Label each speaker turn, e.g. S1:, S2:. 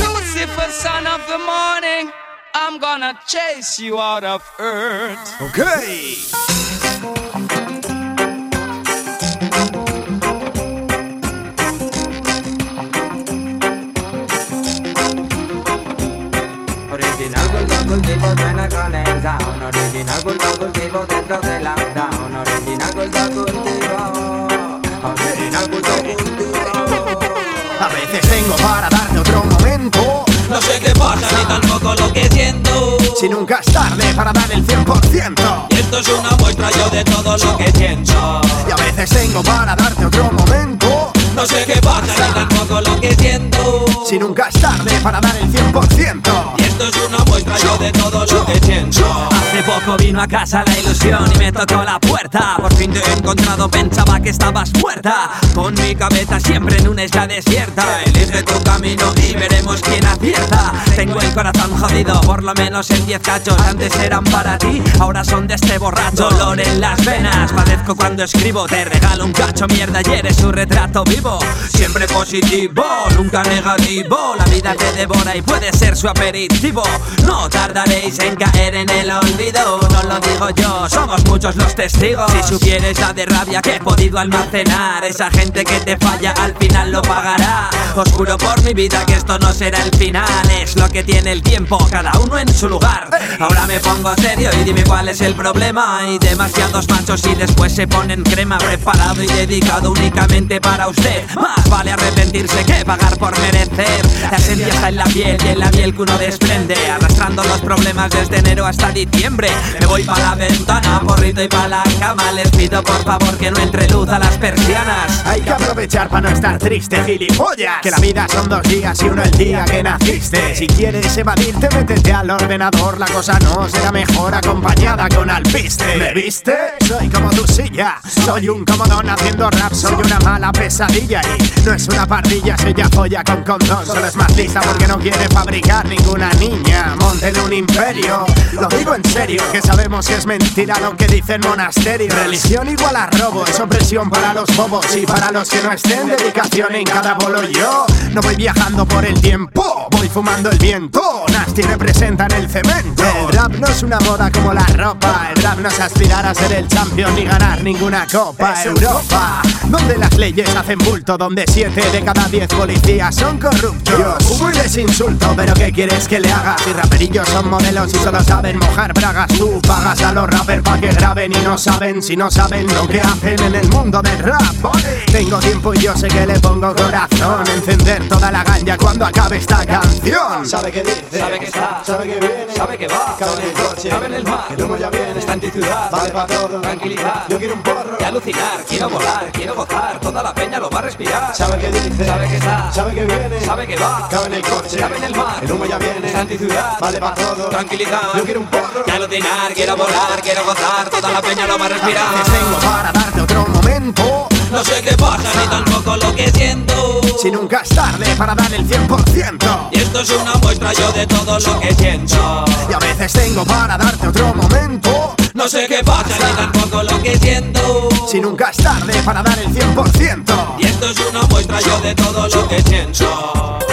S1: the sun of the morning, I'm gonna chase you out of earth.
S2: Okay.
S3: Original good double tipo suena con el sound Original good double tipo dentro del lockdown Original good double tipo Original good double tipo
S2: A veces tengo para darte otro momento.
S4: No sé qué pasa ni tampoco lo que siento.
S2: Si nunca es tarde para dar el 100%.
S4: Y esto es una muestra yo de todo lo que siento.
S2: Y a veces tengo para darte otro momento.
S4: No sé qué pasa ni tampoco lo que siento.
S2: Si nunca es tarde para dar el 100%.
S4: Y esto es una muestra yo de todo lo que siento.
S5: Hace poco vino a casa la ilusión y me tocó la puerta. Por fin te he encontrado, pensaba que estabas muerta. Con mi cabeza siempre en una isla desierta. Elige tu camino y veremos quién acierta. Tengo el corazón jodido, por lo menos en 10 cachos. Antes eran para ti, ahora son de este borracho. Dolor en las venas, padezco cuando escribo. Te regalo un cacho, mierda, ayer es un retrato vivo. Siempre positivo, nunca negativo. La vida te devora y puede ser su aperitivo. No tardaréis en caer en el olvido, no lo digo yo, somos muchos los testigos. Si supieres la de rabia que he podido almacenar, esa gente que te falla al final lo pagará. Os juro por mi vida que esto no será el final, es lo que tiene el tiempo, cada uno en su lugar. Ahora me pongo serio y dime cuál es el problema. Hay demasiados machos y después se ponen crema, preparado y dedicado únicamente para usted. Más vale arrepentirse que pagar por merecer. La esencia está en la piel y en la piel que uno desprende, arrastrando los problemas desde enero hasta diciembre. Me voy para la ventana, porrito y para la cama. Les pido por favor que no entre luz a las persianas.
S2: Hay que aprovechar para no estar triste, gilipollas. Que la vida son dos días y uno el día que naciste. Si quieres evadirte, métete al ordenador. La cosa no será mejor acompañada con alpiste. ¿Me viste? Soy como tu silla. Soy un comodón haciendo rap. Soy una mala pesadilla. Y no es una pardilla, soy ya folla con condón. Solo es más lista porque no quiere fabricar ninguna niña. Monten un imperio. Lo digo en serio, que sabemos que es mentira lo que dicen monasterios. Religión igual a robo, es opresión para los bobos y para los que no estén dedicación en cada bolo yo. No voy viajando por el tiempo, voy fumando el viento. Nasty representan el cemento. El rap no es una moda como la ropa. El rap no es aspirar a ser el champion ni ganar ninguna copa. Europa, donde las leyes hacen bulto, donde 7 de cada 10 policías son corruptos. Yo fumo y les insulto, pero ¿qué quieres que le haga? Si raperillos son modelos y solo saben mojar bragas, tú pagas a los rappers pa' que graben y no saben si no saben lo que hacen en el mundo del rap. Tengo tiempo y yo sé que le pongo corazón. Encender toda la ganja cuando acabe esta canción.
S6: Sabe que dice,
S4: Sabe que está,
S6: sabe que viene,
S4: sabe que va,
S6: cabe en el coche,
S4: cabe en el mar,
S6: el humo ya viene,
S4: está en tu ciudad,
S6: vale para todo,
S4: tranquilidad,
S6: yo quiero un porro.
S4: y alucinar, quiero volar, quiero gozar, toda la peña lo va a respirar.
S6: Sabe que dice,
S4: Sabe que está,
S6: sabe que viene,
S4: sabe que va,
S6: cabe en el coche,
S4: cabe en el mar,
S6: el humo ya viene,
S4: está en tu ciudad,
S6: vale para todo,
S4: tranquilidad,
S6: yo quiero un porro.
S4: y alucinar, quiero volar, quiero gozar, toda la peña lo va a respirar.
S2: Te tengo para darte otro momento.
S4: No sé qué pasa ni tampoco lo que siento.
S2: Si nunca es tarde para dar el 100%.
S4: Y esto es una muestra yo de todo lo que siento.
S2: Y a veces tengo para darte otro momento.
S4: No sé qué pasa ni tampoco lo que siento.
S2: Si nunca es tarde para dar el 100%.
S4: Y esto es una muestra yo de todo lo que siento.